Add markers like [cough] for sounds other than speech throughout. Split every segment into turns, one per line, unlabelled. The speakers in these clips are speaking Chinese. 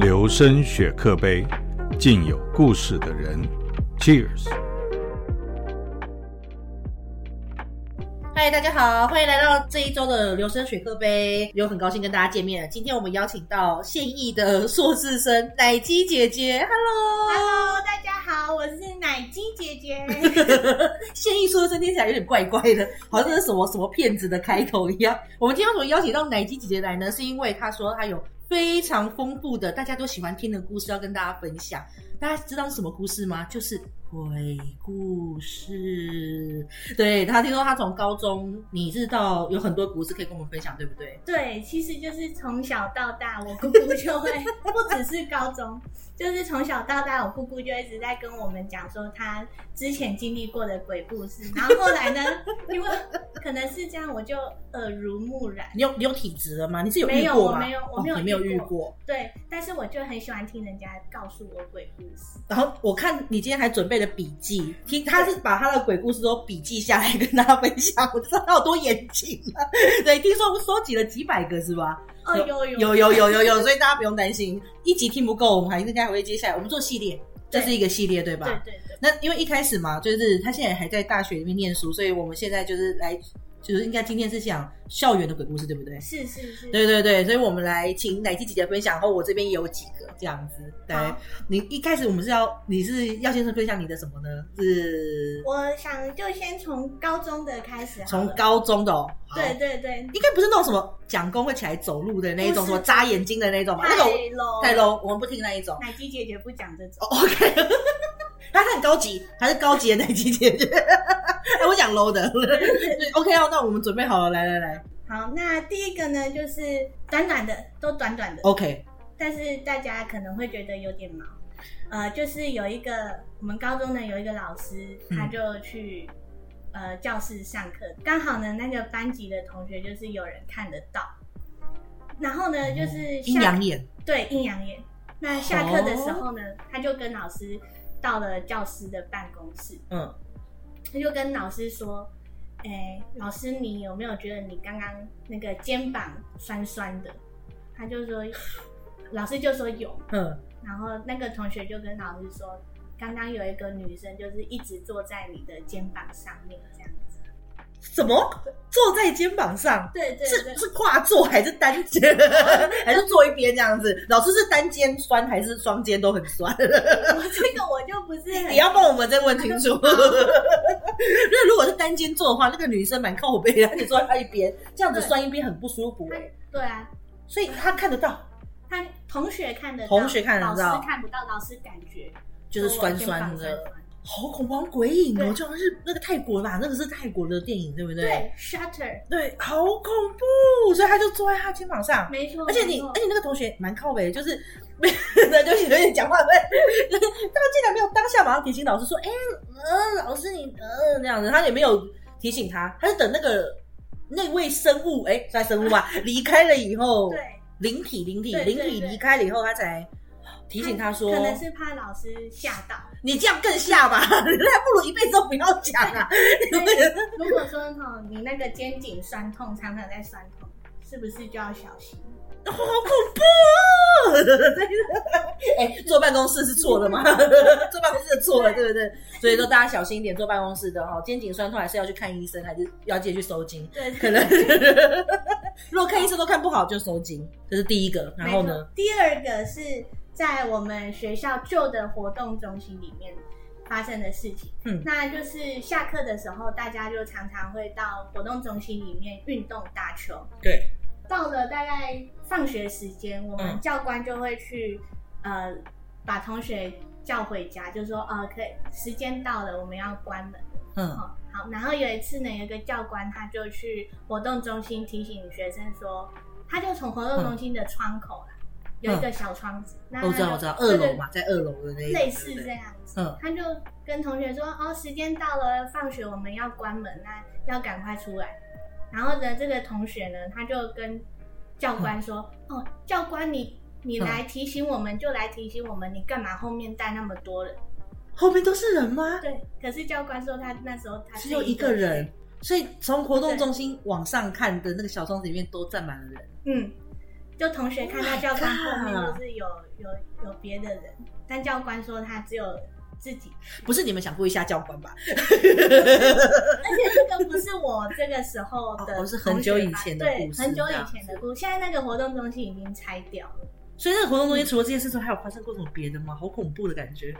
求生雪克杯，敬有故事的人，Cheers！
嗨，大家好，欢迎来到这一周的留声雪克杯，又很高兴跟大家见面了。今天我们邀请到现役的硕士生奶鸡姐姐，Hello，
Hello，大家好，我是奶鸡姐姐。 [laughs]
[laughs] 现役硕士生听起来有点怪怪的，好像是什么什么骗子的开头一样。我们今天为什么邀请到奶鸡姐姐来呢？是因为她说她有非常丰富的大家都喜欢听的故事要跟大家分享。大家知道是什么故事吗？就是鬼故事。对他听说他从高中，你是到有很多故事可以跟我们分享，对不对？
对，其实就是从小到大，我姑姑就会，不只是高中，就是从小到大，我姑姑就一直在跟我们讲说她之前经历过的鬼故事。然后后来呢，因为可能是这样，我就耳濡目染。 [laughs]
你有你有体质了吗？你是有
没
遇
有
过
我
吗？
没有我没有
哦、你没有
遇
遇
过
过。
对，但是我就很喜欢听人家告诉我鬼故事。
然后我看你今天还准备了笔记，
嗯
听他是把他的鬼故事都笔记下来跟大家分享，我知道他有多严谨啊。 [laughs] 对，听说收集了几百个是吧？
哦，有
[laughs] 有有有有有，所以大家不用担心，一集听不够，我们还应该还会接下来，我们做系列，这
对
是一个系列对吧？
对对对，
那因为一开始嘛，就是他现在还在大学里面念书，所以我们现在就是来，就是应该今天是讲校园的鬼故事，对不对？
是是是。
对对对，所以我们来请奶鸡姐姐分享，然后我这边也有几个这样子。来
好，
你一开始我们是要你是要先生分享你的什么呢？是
我想就先从高中的开始好
从
了，
高中的哦，好
对，对对，
应该不是那种什么讲功会起来走路的那一种，
不
什
是
么扎眼睛的那种吧？那
太
种
low
太 low，我们不听那一种。
奶鸡姐姐不讲这
哦
种，
OK，但是很高级，还是高级的奶鸡姐 [laughs] 姐。哎我讲 low 的 [laughs] 对，OK 哦，那我们准备好了，来来来
好，那第一个呢，就是短短的，都短短的，
，OK，
但是大家可能会觉得有点毛。呃，就是有一个我们高中呢有一个老师，
嗯
他就去、呃教室上课，刚好呢那个班级的同学就是有人看得到，然后呢就是
哦阴
下
阳眼，哦
对阴阳眼。那下课的时候呢，他就跟老师到了教师的办公室，
嗯，
他就跟老师说：“哎、老师，你有没有觉得你刚刚那个肩膀酸酸的？”他就说，老师就说有，
嗯，
然后那个同学就跟老师说，刚刚有一个女生就是一直坐在你的肩膀上面这样子。
什么坐在肩膀上？
对对对
是，是跨坐还是单肩， [laughs] 还是坐一边这样子？老师是单肩酸还是双肩都很酸？
我这个我就不是很
你要帮我们再问清
[laughs]
楚。 [laughs] 那如果是单肩坐的话，那个女生蛮靠背的，你坐在她一边，这样子酸一边很不舒服、欸
他对啊，
所以她看得到，
他同学看得到，
同学看得到
老师看不到，老师感觉
就是酸酸
说我肩膀
的，
酸酸
好恐怖鬼影哦！
对
就像日那个泰国吧，那个是泰国的电影，对不对？
对，shutter
对好恐怖，所以她就坐在她肩膀上。
没错，
而且你，
没错
而且那个同学蛮靠北的，就是那就是有点讲话对，就是他竟然没有当下马上提醒老师说，哎、呃，老师你呃那样子，他也没有提醒他，他是等那个那位生物，哎、是在生物吧，离开了以后，
对。
灵体灵体
对
灵
对
体
对
离开了以后，他才提醒他说
可，能是怕老师吓到。
你这样更吓吧， [laughs] 你还不如一辈子都不要讲啊，
所以如果说哈，你那个肩颈酸痛，常常在酸痛，是不是就要小心？
好恐怖、哦！ [laughs] 哎、坐办公室是错的吗？坐办公室是错的，对不对？所以说大家小心一点，坐办公室的哈、肩颈酸痛还是要去看医生，还是要记得去收筋。
对，
可能 [laughs] 如果看医生都看不好，就收筋，这是第一个。然后
没
呢
错？？第二个是在我们学校旧的活动中心里面发生的事情。
嗯
那就是下课的时候，大家就常常会到活动中心里面运动打球。
对，
到了大概放学时间，我
嗯
们教官就会去、呃把同学叫回家，就说呃可以时间到了，我们要关门了。
嗯
哦，好，然后有一次呢，有一个教官他就去活动中心提醒学生说，他就从活动中心的窗口啦，有一个小窗子，那
嗯
他
我知道，
就
我知道，
对
二
对
楼嘛，在二楼的那一种
类似
对不
这
对
样子，
嗯
他就跟同学说：“哦，时间到了，放学我们要关门，那要赶快出来。”然后呢，这个同学呢，他就跟教官说：“哦，教官你，你
嗯
来提醒我们，就来提醒我们，你干嘛后面带那么多人
后面都是人吗？”？
对，可是教官说他那时候他
只有
一
一个人
去，，
所以从活动中心往上看的那个小窗子里面都站满了人。
嗯，就同学看到教官
Oh
后
my
面
God
就是有有有别的人，但教官说他只有自己，
不是你们想故意吓教官吧？
而且这个不是我这个时候的
哦哦
同
是
学吧，
很久以前的
对
故，事
很久
这样
以前的故事。现在那个活动中心已经拆掉了。
所以那个活动中间除了这件事之后，还有发生过什么别的吗？好恐怖的感觉，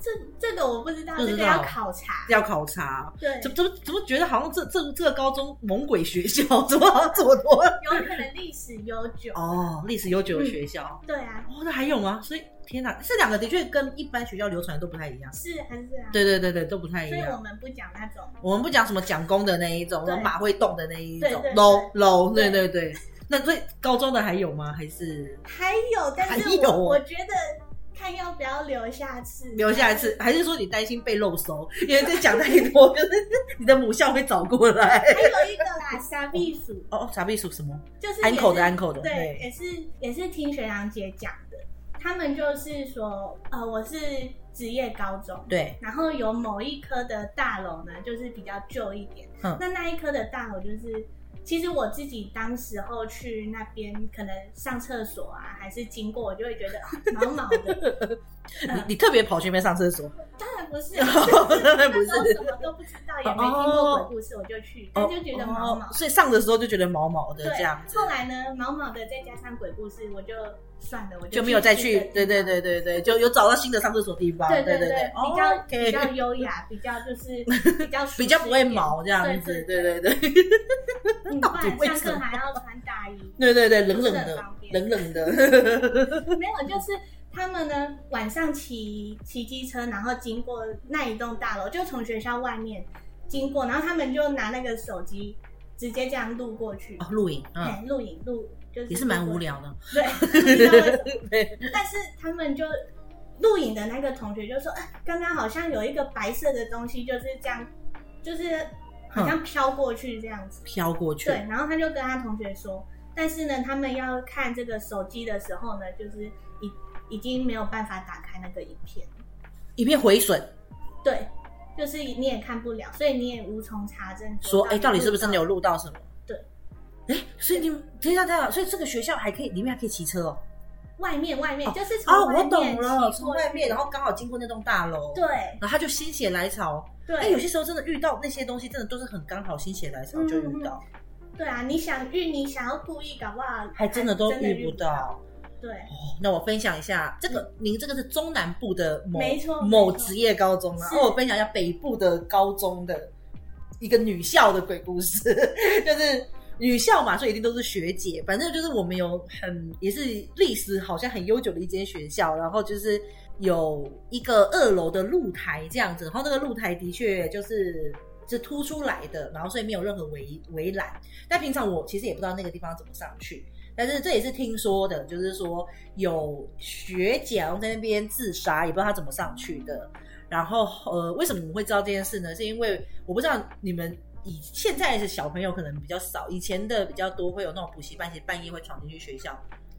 这这个我不知道，
不知
这
道
个要考察。
要考察。
对，
怎么怎么怎么觉得好像这这这个高中猛鬼学校， [laughs] 怎么好像这么多？
有可能历史悠久。
[laughs] 哦，历史悠久的学校。
对啊，
哦，那还有吗？所以天哪，这两个的确跟一般学校流传的都不太一样。
是还是啊。
对对对对，都不太一
所以我
样。
们不讲那种。
我们不讲什么讲功的那一种，
对
什么马会动的那一种
对对对
，low low，对
对
对对。那所以高中的还有吗？还是
还有，但
还
是
有
我我觉得看要不要留下次，
留下一次？还是说你担心被漏收？因为这讲太多， [laughs] 就是你的母校会找过来。
还有一个啦，傻避暑，
哦，傻避暑什么？
就是也
安
是
口的安口的，
对，，也是也是听学长姐讲的，他们就是说，呃，我是职业高中，
对，
然后有某一科的大楼呢，就是比较旧一点。
嗯
那那一科的大楼就是，其实我自己当时候去那边，可能上厕所啊，还是经过，我就会觉得哦毛毛的。 [laughs]
你你特别跑去那边上厕所，
当然不
[laughs]
是，
不
那时候
是
什么都不知道，也没听过鬼故事，我就去，但就觉得毛毛
哦。所以上的时候就觉得毛毛的
对
这样，子
后，来呢，毛毛的再加上鬼故事，我就算了，我
就没有再去
别
对
的，地
对
方
对对对，就有找到新的上厕所地方，
对
对
对
对，
比较、
哦
比较
OK
优雅，比较就是比较
[laughs] 比较不会毛
毛
这样子，对对对
你不
到底
然
为
上
什
课
么
还要穿大衣，
对对对，冷冷
不是很
的
方，便
冷冷的， [laughs]
没有，就是他们呢晚上骑骑机车，然后经过那一栋大楼，就从学校外面经过，然后他们就拿那个手机直接这样录过去，
哦，录影，嗯，
哎、录影录就是
也是蛮无
聊，
聊的，
对，不知道为什么
对，
但是他们就录影的那个同学就说，哎、刚刚好像有一个白色的东西就是这样，就是好像飘过去这样子。
飘过去，
对，然后他就跟他同学说，但是呢，他们要看这个手机的时候呢，就是已已经没有办法打开那个影片，
一片毁损，
对，就是你也看不了，所以你也无从查证啊
说哎，到底是不是真的
有？
有录到什么？
对，
哎，所以你们等一下，等一下，所以这个学校还可以，里面还可以骑车哦。
外面外面、就是从
哦，
外
我
面
懂了，
骑
从
过
外
去
面，然后刚好经过那栋大楼，，
对
然后他就心血来潮。
对、
哎，有些时候真的遇到那些东西，真的都是很刚好心血来潮
嗯
就遇到，
对啊，你想遇你想要故意搞不好
还真的都遇不到。
对。
哦，那我分享一下这个，您这个是中南部的某
嗯没错
某
没错
职业高中啊，
是
那我分享一下北部的高中的一个女校的鬼故事， [laughs] 就是。女校嘛，所以一定都是学姐。反正就是我们有很也是历史好像很悠久的一间学校，然后就是有一个二楼的露台这样子，然后那个露台的确就是是凸出来的，然后所以没有任何围围栏。但平常我其实也不知道那个地方怎么上去，但是这也是听说的，就是说有学姐好像在那边自杀，也不知道她怎么上去的。然后呃，为什么我们会知道这件事呢？是因为我不知道你们以现在的小朋友可能比较少，以前的比较多，会有那种补习班，其实半夜会闯进去学校，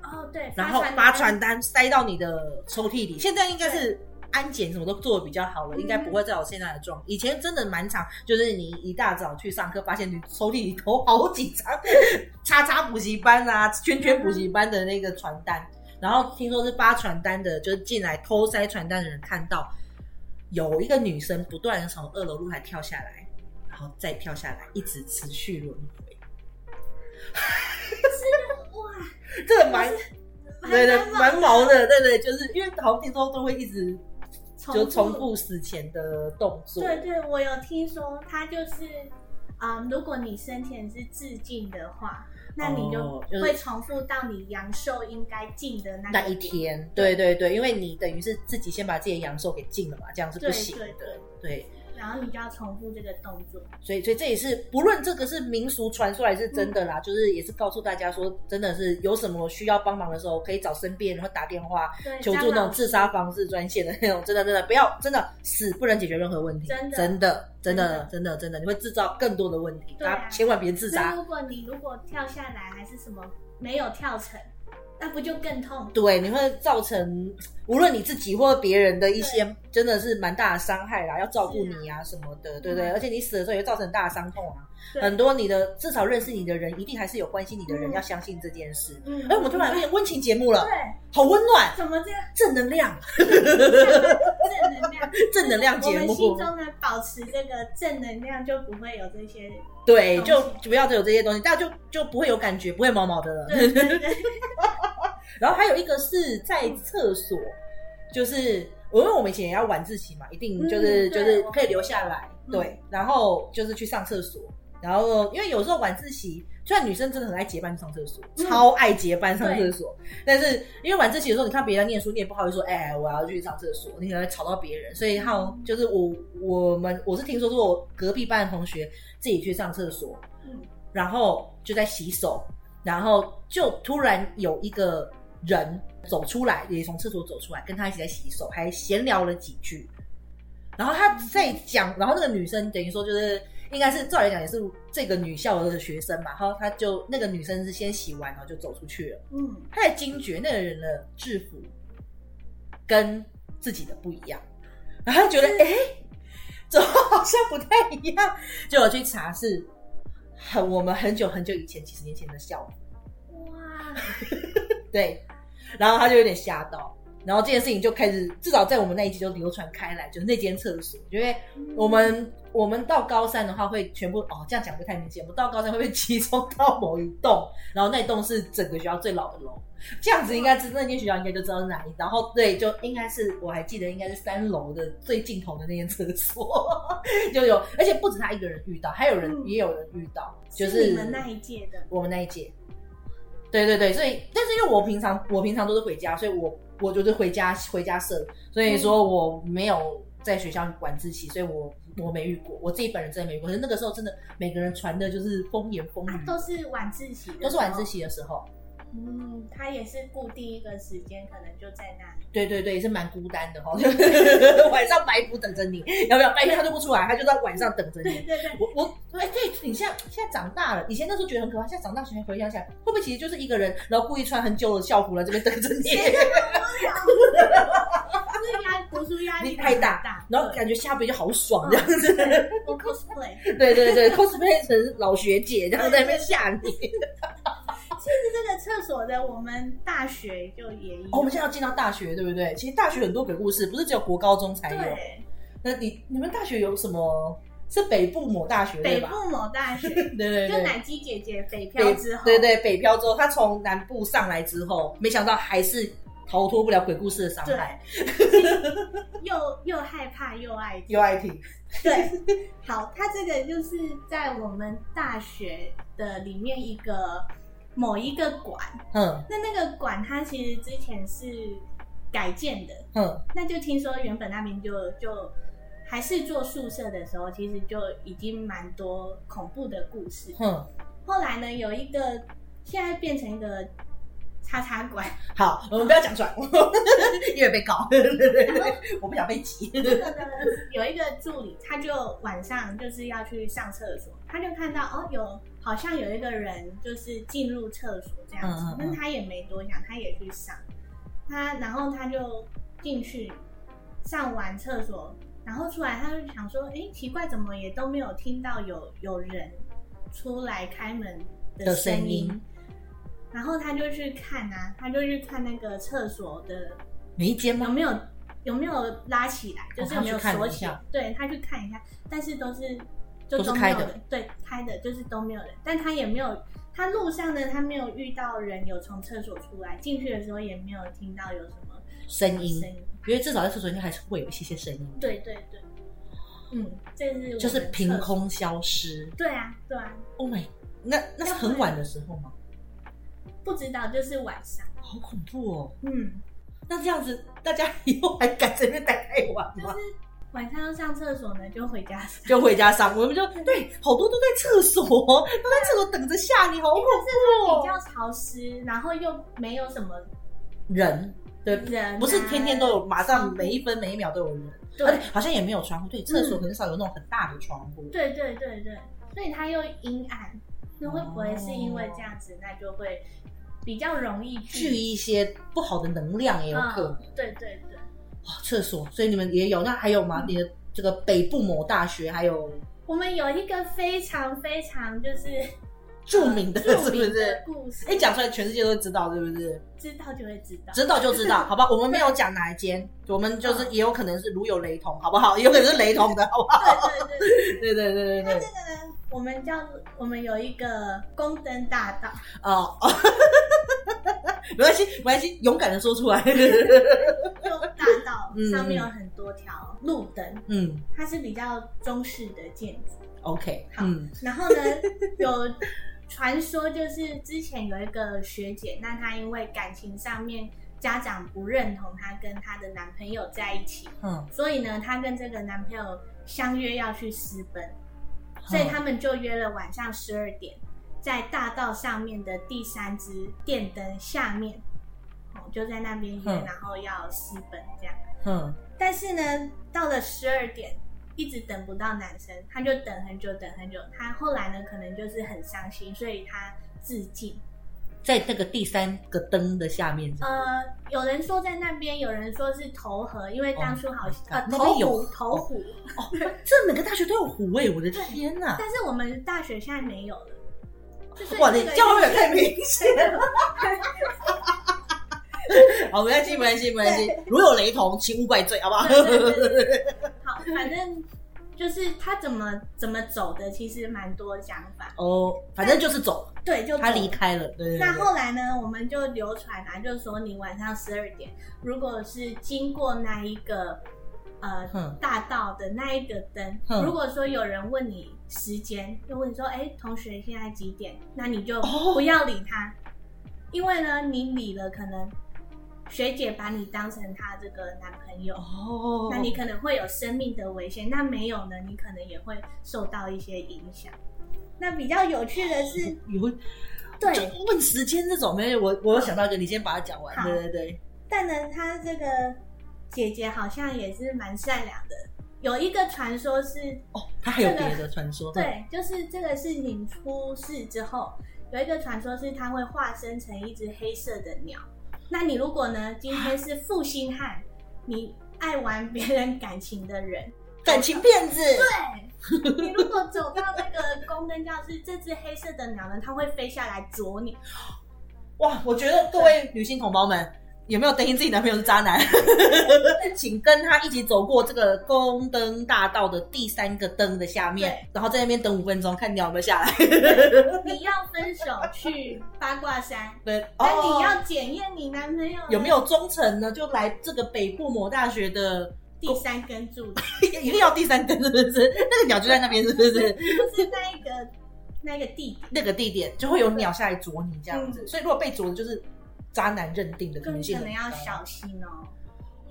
哦，对，
然后把传单塞到你的抽屉里。现在应该是安检什么都做的比较好了，
嗯
应该不会再有现在的状。以前真的蛮长，就是你一大早去上课，发现你抽屉里头好几张 [laughs] 叉叉补习班啊、圈圈补习班的那个传单，然后听说是发传单的，就是进来偷塞传单的人看到有一个女生不断的从二楼露台跳下来，然后再跳下来，一直持续轮回。
哇，
这个蛮对对，
蛮
蛮毛的，对对，就是因为好像听说都会一直
重
就
复
重复死前的动作，
对对，我有听说，他就是，啊，如果你生前是自尽的话，那你就
哦就是
会重复到你阳寿应该尽的那个
那一天，对对对，因为你等于是自己先把自己的阳寿给尽了嘛，这样是不
对
行
对
的
对，
对，
点，然后你就要重复这个动作。
所以所以这也是不论这个是民俗传说还是真的啦，就是也是告诉大家说，真的是有什么需要帮忙的时候，可以找身边人或打电话
对，
求助
张
那种
老
自杀防治专线的那种，真的真的不要真的死不能解决任何问题，
真的
真的真
真
的
的
真的真的，你会制造更多的问题，
对啊
大家千万别自
所
杀
以。如果你如果跳下来还是什么没有跳成，那不就更痛？
对，你会造成无论你自己或别人的一些真的是蛮大的伤害啦，要照顾你啊什么的，对不对？
嗯
而且你死的时候也会造成很大的伤痛啊，
对
很多你的至少认识你的人，一定还是有关心你的人，
嗯
要相信这件事。
嗯
哎，我们突然变温情节目了，
对，
好温暖，
怎么这样
正能量，
正能量？
[laughs] 正能量
我
节
们
目
心。中呢，保持这个正能量，就不会有这
[laughs]
些。
对，就
东西
就不要再有这些东西，大家就就不会有感觉，不会毛毛的了。
对对对，
然后还有一个是在厕所，就是因为我们以前也要晚自习嘛，一定就是、
嗯对
就是可以留下来，
嗯
对，然后就是去上厕所，然后因为有时候晚自习，虽然女生真的很爱结伴上厕所，
嗯
超爱结伴上厕所，但是因为晚自习的时候，你看别人念书，你也不好意思说，哎，我要去上厕所，你可能会吵到别人，所以还
嗯
有就是我我们我是听说，是我隔壁班的同学自己去上厕所，
嗯
然后就在洗手，然后就突然有一个人走出来，也从厕所走出来，跟他一起在洗手，还闲聊了几句。然后他在讲，然后那个女生等于说就是应该是照理讲也是这个女校的学生嘛，然后他就那个女生是先洗完然后就走出去了，
嗯，
他才惊觉那个人的制服跟自己的不一样，然后他觉得哎、诶 [laughs] 怎么好像不太一样？结果去查是很我们很久很久以前几十年前的校服。
哇，
对，然后他就有点吓到，然后这件事情就开始，至少在我们那一集就流传开来，就是那间厕所，因为我们我们到高三的话会全部哦，这样讲不太明显，我们到高三会被集中到某一栋，然后那栋是整个学校最老的楼，这样子应该知那间学校应该就知道是哪里，然后对，就应该是我还记得应该是三楼的最尽头的那间厕所， [laughs] 就有，而且不止他一个人遇到，还有人、
嗯
也有人遇到，就是
你们那一届的，
我们那一届。对对对，所以但是因为我平常我平常都是回家，所以我我就是回家回家社，所以说
嗯
我没有在学校晚自习，所以我我没遇过，我自己本人真的没遇过。可是那个时候真的每个人传的就是风言风语，
啊都是哦晚自习，
嗯都是晚自。习的时候，
嗯，他也是固定一个时间，可能就在那里。
对对对，也是蛮孤单的哈、 [laughs] 晚上白虎等着你，要不要？白天他都不出来，他就在晚上等着你
对。对对，
我我哎对对，你现在现在长大了，以前那时候觉得很可怕，现在长大回回想起来，会不会其实就是一个人，然后故意穿很久的校服来这边等
[laughs]
着你？
因为压读书压力
力啊太大
大，
然后
对
感觉下边就好爽
嗯
这样子。
对我
[laughs]
cosplay，
对对对，cosplay 成老学姐，然后在那边吓你。
其实这个厕所的我们大学就也有，
哦我们现在要进到大学，对不对？其实大学很多鬼故事，不是只有国高中才有。
对
那你你们大学有什么？是北部某大学对
北
吧？
部某大学，
[laughs] 对对
就
对。
奶鸡姐姐北漂
北
之后，
对对北漂之后，他从南部上来之后，没想到还是逃脱不了鬼故事的伤害，
又又害怕又爱
又爱听。
对， [laughs] 好，它这个就是在我们大学的里面一个某一个馆，
嗯
那那个馆它其实之前是改建的，
嗯
那就听说原本那边就就还是做宿舍的时候，其实就已经蛮多恐怖的故事。
嗯，
后来呢，有一个现在变成一个叉叉馆，
好，我们不要讲出来， [laughs] 因为被告。对对对对，我不想被 [laughs] 挤。
有一个助理，他就晚上就是要去上厕所，他就看到哦，有好像有一个人就是进入厕所这样子
嗯嗯嗯，
但他也没多想，他也去上，他然后他就进去上完厕所，然后出来他就想说，诶，奇怪，怎么也都没有听到有有人出来开门的
的
声
声音
音。然后他就去看啊，他就去看那个厕所的
每一间吗
有？没有有没有拉起来，就是有没有
哦他去看
锁
一
起来
下？
对他去看一下，但是都是就
都是
没
开
有
的
人，对，开的就是都没有人，但他也没有，他路上呢，他没有遇到人有从厕所出来，进去的时候也没有听到有什么
声音
声，音，
因为至少在厕所应该还是会有一些些声音，
对对对，嗯，这是我们
就是凭
厕所，
空消失。
对啊对啊，
Oh my，那那是很晚的时候吗？
不知道就是晚上，
好恐怖哦！
嗯，
那这样子，大家以后还敢随便待太晚吗？
晚上要上厕所呢，就回家上。
就回家上，我们就
嗯
对，好多都在厕所，
[laughs]
都在厕所等着吓你，好恐
比
怖哦！
较潮湿，然后又没有什么
人对，
人、啊
不是天天都有，马上每一分每一秒都有人，
对嗯
而且好像也没有窗户，对，厕所很少有那种很大的窗户。
对对对对，所以它又阴暗，那会不会是因为这样子，那就会比较容易
聚一些不好的能量也有可能。
嗯对对对，
哦厕所，所以你们也有。那还有吗？
嗯
你的这个北部某大学还有
我们有一个非常非常就是
[laughs]
呃
著名 [laughs] 的，
著
是不
名
是
的？故事，
哎，讲出来全世界都知道，对不是？
知道就会知道。
知道就知 [laughs] 道，好吧？我们没有讲哪一间，我们就是也有可能是如有雷同，好不 [laughs] 好？也有可能是雷同的，好不好？
对对
对对
对，
对对
那这
对，
个呢，我们叫我们有一个宫灯大道，
[laughs]
[laughs]
哦， [laughs] 哦没关系，没关系，勇敢的说 [laughs] 出来。
就大道
嗯
上面有很多条路灯，
嗯
它是比较中式的建筑。
，OK，
好
嗯
然后呢，有传说就是之前有一个学姐，那她因为感情上面家长不认同她跟她的男朋友在一起，
嗯，
所以呢，她跟这个男朋友相约要去私奔，所以他们就约了晚上十二点，在大道上面的第三只电灯下面，哦，就在那边约，
嗯
然后要私奔这样。
嗯
但是呢，到了十二点，一直等不到男生，他就等很久，等很久。他后来呢，可能就是很伤心，所以他自尽。
在那个第三个灯的下面，
呃，有人说在那边，有人说是投河，因为当初好像、
哦
呃
那
投
边有
湖投湖，
哦，这每个大学都有虎位，我的天哪！
但是我们大学现在没有了。就是
啊哇，
这
你
个
教也太明显了。
[laughs]
好，没关系，没关系，没关系。如有雷同，请勿怪罪，好不好？
对对对对对好，反正就是他怎么怎么走的，其实蛮多讲法。
[laughs] 哦，反正就是走，
对，就
他
走
离开了。对对
那
对。
后来呢，我们就流传啊，就是说你晚上十二点，如果是经过那一个呃、
嗯
大道的那一个灯，
嗯
如果说有人问你时间，就问你说，哎、同学现在几点？那你就
哦
不要理他，因为呢，你理了可能学姐把你当成她这个男朋友。
哦
那你可能会有生命的危险，那没有呢，你可能也会受到一些影响。那比较有趣的是，
有
对，
就问时间这种没有，我我有想到一个，你先把它讲完。
好
对对对，
但呢，她这个姐姐好像也是蛮善良的。有一个传说是，
哦，他还有
这个
别的传说。
对，就是这个事情出事之后，有一个传说是她会化身成一只黑色的鸟。那你如果呢，今天是负心汉，你爱玩别人感情
[laughs]
的人，
感情骗子。
对，你如果走到那个宫灯教室，这只黑色的鸟呢，它会飞下来
[laughs]
啄你。
哇，我觉得各位女性同胞们。有没有担心自己男朋友是渣男？ [laughs] 请跟他一起走过这个宫灯大道的第三个灯的下面
对，
然后在那边等五分钟，看鸟有没有下来。
你要分手去八卦山，
[laughs] 对，
但
哦
你要检验你男朋友呢
有没有忠诚呢？就来这个北部某大学的，
第三根柱
[laughs]
子。
一定要第三根，是不是？那个鸟就在那边，是不是？
就是那一个那个地点，
那个地点就会有鸟下来啄你这样子，
嗯
所以如果被啄，就是渣男认定的可
更
能性
可
很
能要
高
小心哦。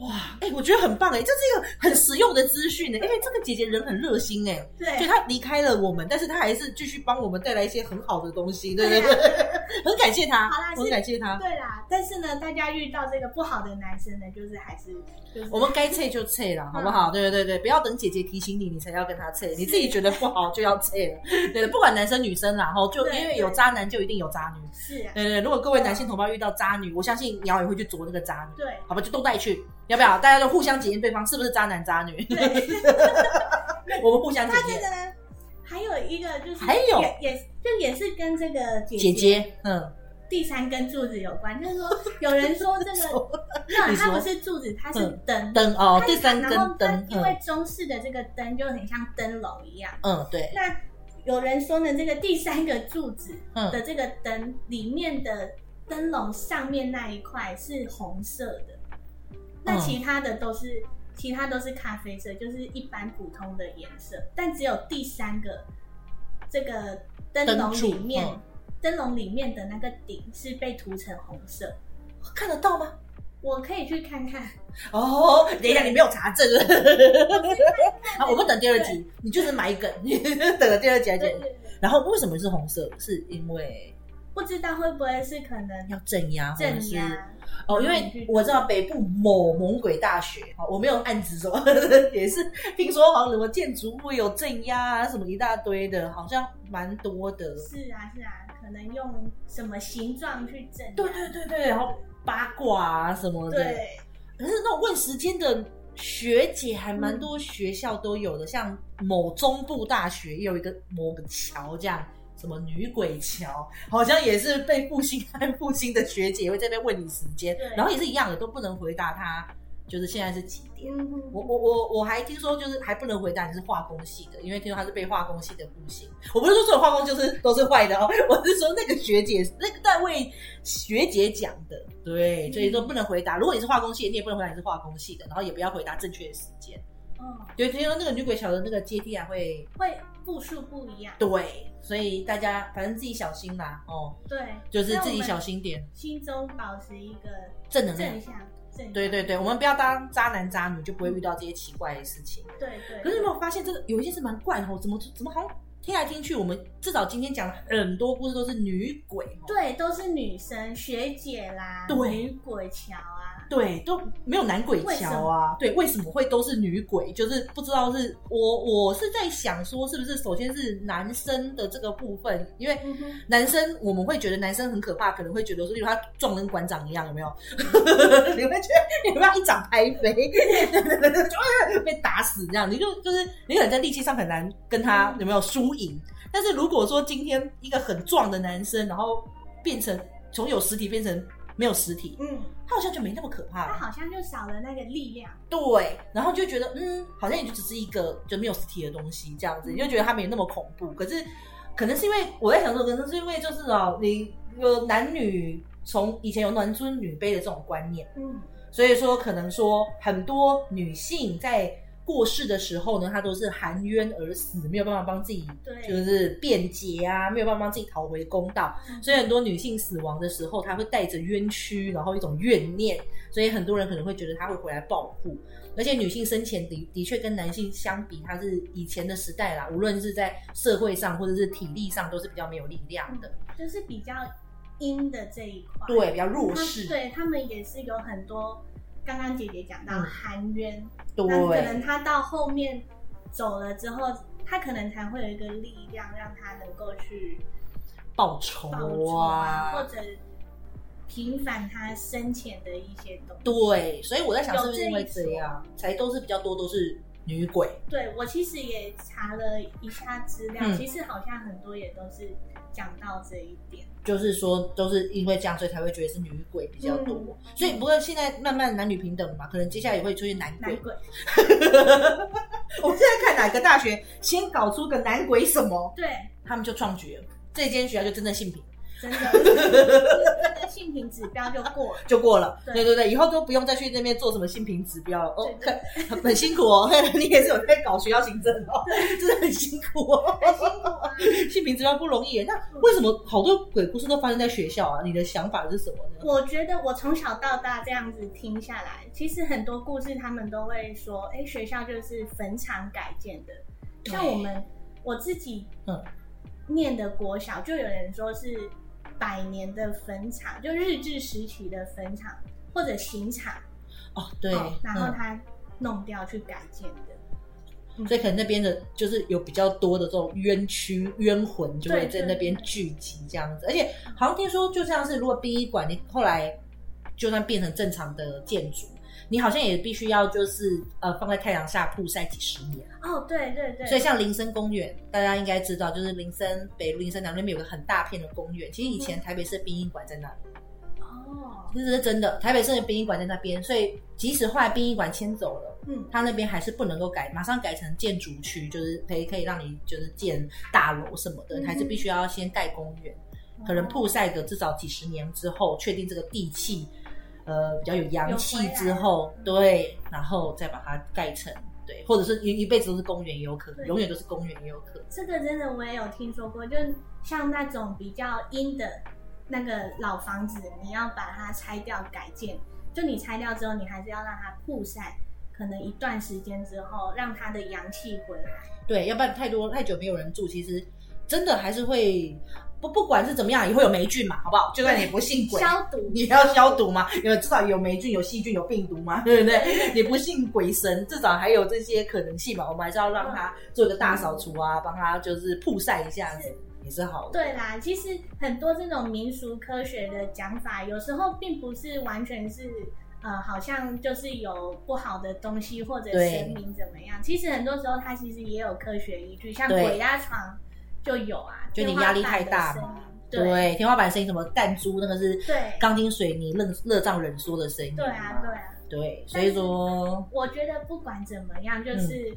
哇，哎、我觉得很棒哎、这是一个很实用的资讯呢，哎因为这个姐姐人很热心哎、
对
就，她离开了我们，但是她还是继续帮我们带来一些很好的东西，对
对
对
啊
对， [laughs] 很感谢她
好啦，是
很感谢她。
对啦。但是呢，大家遇到这个不好的男生呢，就是还是就是
我们该撤就撤
嗯
啦，好不好？对对对，不要等姐姐提醒你，你才要跟她撤，你自己觉得不好就要撤了。对，不管男生女生啦，吼，就
对
因为有渣男就一定有渣女。
是啊，
对对，如果各位男性同胞遇到渣女，我相信鸟也会去啄那个渣女，
对
好吧？就都带去，要不要？大家就互相检验对方是不是渣男渣女，
对。
[laughs] 我们互相
那
检验。
这个呢，还有一个就是
还有
也也就也是跟这个姐
姐姐，嗯，
第三根柱子有关，就是说有人说这
什
个。那
你
它
说
不是柱子，它是
嗯
灯。
灯哦，
它
第三根
然后它
灯，
因为
嗯
中式的这个灯就很像灯笼一样。
嗯，对，
那有人说呢，这个第三个柱子的
嗯，
这个灯里面的灯笼上面那一块是红色的，那
嗯
其他的都是、其他都是咖啡色，就是一般普通的颜色，但只有第三个这个灯笼里面
灯柱嗯
灯笼里面的那个顶是被涂成红色。
看得到吗？
我可以去看看，
哦，等一下，你没有查
[laughs]
证。啊，我们等第二
对
集，你就是买一根， [laughs] 你等了第二集来
对对
剪。
对，对
然后为什么是红色？是因为
不知道会不会是可能啊
要镇压，或者
镇
是
压？
哦，因为我知道北部某猛鬼大学，哦我没有暗指什么， [laughs] 也是听说好像什么建筑物有镇压啊，什么一大堆的，好像蛮多的。
是啊是啊，可能用什么形状去镇压？
对对对对，然后八卦啊什么的。
对
可是那种问时间的学姐还蛮多学校都有的，像某中部大学也有一个某个桥这样。什么女鬼桥，好像也是被复 [laughs] 兴和复兴的学姐会在那边问你时间
对，
然后也是一样的，都不能回答她，就是现在是几点。
嗯，
我我我我还听说，就是还不能回答你是化工系的，因为听说他是被化工系的不行。我不是说所有化工就是都是坏的哦， [laughs] 我是说那个学姐，那个在为学姐讲的，对，所以说不能回答。如果你是化工系的，你也不能回答你是化工系的，然后也不要回答正确的时间。
嗯，
对，听说那个女鬼桥的那个阶梯还会
会步数不一样，
对，所以大家反正自己小心啦，哦，
对，
就是自己
所以我
小
们
心点，
心中保持一个
正能量
正。向，正
对对对，我们不要当渣男渣女，就不会遇到这些奇怪的事情。
对对，
可是你有没有发现，这个有一件事蛮怪的哦，怎么怎么好像听来听去，我们至少今天讲了很多故事都是女鬼哦，
对都是女生学姐啦，
对
女鬼桥啊，
对都没有男鬼桥啊，对，为什么会都是女鬼？就是不知道是我我是在想说，是不是首先是男生的这个部分，因为。
嗯哼，
男生我们会觉得男生很可怕，可能会觉得说，例如他撞跟馆长一样，有没有？你会觉得你不要一掌拍飞，就被打死这样，你就就是你可能在力气上很难跟他有没有输赢。但是如果说今天一个很壮的男生，然后变成从有实体变成没有实体，
嗯，
他好像就没那么可怕
她
了。
好像就少了那个力量，
对，然后就觉得嗯，好像也就只是一个就没有实体的东西这样子，你就觉得它没那么恐怖。可是可能是因为我在想说，可能是因为就是哦，你有男女从以前有男尊女卑的这种观念，
嗯，
所以说可能说很多女性在过世的时候呢，她都是含冤而死，没有办法帮自己
对
就是辩解啊，没有办法帮自己讨回公道。所以很多女性死亡的时候，她会带着冤屈，然后一种怨念，所以很多人可能会觉得她会回来报复。而且女性生前的的确跟男性相比，她是以前的时代啦，无论是在社会上或者是体力上，都是比较没有力量的，
就是比较阴的这一块，
对，比较弱
他
势，
对他们也是有很多，刚刚姐姐讲到
嗯
含冤，那、可能
对
他到后面走了之后，他可能才会有一个力量，让他能够去
报仇
报仇啊，或
啊，
者平反他生前的一些东西。
对，所以我在想是不是因为
有这一
这样，才都是比较多都是女鬼，
对我其实也查了一下资料，
嗯
其实好像很多也都是讲到这一点。
就是说都是因为这样，所以才会觉得是女鬼比较
嗯
多。所以不过现在慢慢男女平等嘛，可能接下来也会出现男
男
鬼。
鬼，
[laughs] 我们现在看哪个大学先搞出个男鬼什么，
对，
他们就创举了，这间学校就真的性平
真的，这个性平指标就过
[laughs]
了。
就过了。
对
对对对，以后都不用再去那边做什么性平指标了。哦，
对
看很辛苦哦， [laughs] 你也是有在搞学校行政
[laughs]
哦，真的很辛苦哦。性平指标不容易耶，那为什么好多鬼故事都发生在学校啊？你的想法是什么呢？
我觉得我从小到大这样子听下来，其实很多故事他们都会说，哎、学校就是坟场改建的。
对
像我们我自己
嗯
念的国小，就有人说是百年的坟场，就日治时期的坟场或者刑场，
哦，对，
哦然后
嗯
他弄掉去改建的。嗯
所以可能那边的就是有比较多的这种冤屈、冤魂就会在那边聚集这样子，而且好像听说就像是如果殡仪馆你后来就算变成正常的建筑，你好像也必须要就是呃放在太阳下曝晒几十年。啊
哦，对对对，
所以像林森公园，大家应该知道，就是林森北路、林森南路那边有个很大片的公园，其实以前台北市的殡仪馆在那里。
哦，
这是真的，台北市的殡仪馆在那边，所以即使后来殡仪馆迁走了，
嗯
它那边还是不能够改，马上改成建筑区，就是可以可以让你就是建大楼什么的，
嗯哦
还是必须要先盖公园，可能曝晒个至少几十年之后，确定这个地气，呃，比较有阳气之后，
有
对，然后再把它盖成。对，或者是一一辈子都是公园也有可能，
对
永远都是公园也有可能。
这个真的我也有听说过，就像那种比较阴的那个老房子，你要把它拆掉改建，就你拆掉之后，你还是要让它曝晒，可能一段时间之后，让它的阳气回来。
对，要不然太多太久没有人住，其实真的还是会不不管是怎么样，也会有霉菌嘛，好不好？就算你不信鬼，
消毒，
你要消毒嘛，因为至少有霉菌、有细菌、有病毒嘛， [laughs] 对不对？你不信鬼神，至少还有这些可能性嘛。我们还是要让它做一个大扫除啊，帮它就是曝晒一下子
是
也是好的。
对啦，其实很多这种民俗科学的讲法，有时候并不是完全是呃，好像就是有不好的东西或者
对
神明怎么样。其实很多时候它其实也有科学依据，像
对
鬼压床就有啊，
就你
天花
压力
板
太
的
大
声
嘛
音对
对，天花板声音什么弹珠那个是
对
钢筋水泥热热胀冷缩的声音嘛。
对啊，对啊。
对，所以说
我觉得不管怎么样，就是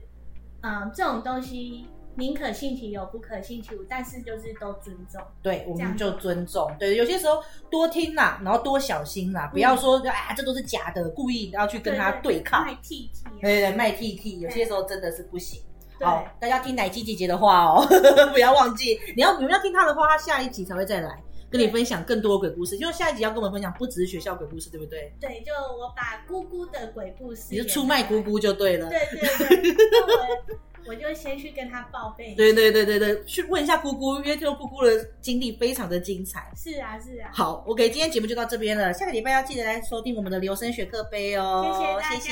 嗯、呃这种东西宁可信其有，不可信其无，但是就是都尊重。
对，我们
这样
就
就好
尊重。对，有些时候多听啦，然后多小心啦，不要
嗯
说啊这都是假的，故意要去跟他对抗。
卖 T T，
对对对，卖 T T，有些时候真的是不行。
对
好，大家听奶鸡姐姐的话哦， [laughs] 不要忘记，你要你们要听她的话，她下一集才会再来跟你分享更多鬼故事。就是下一集要跟我们分享，不只是学校鬼故事，对不对？
对，就我把姑姑的鬼故事，
你就出卖姑，姑就对了。
对对 [laughs] 对，那我我就先去跟他报备。，
对对对对对，去问一下姑姑，因为听说姑姑的经历非常的精彩。
是啊是啊，
好，OK，今天节目就到这边了，下个礼拜要记得来收听我们的留声学课杯哦。
谢谢大家
谢谢，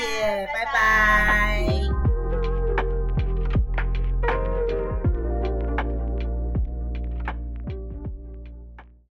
拜
拜拜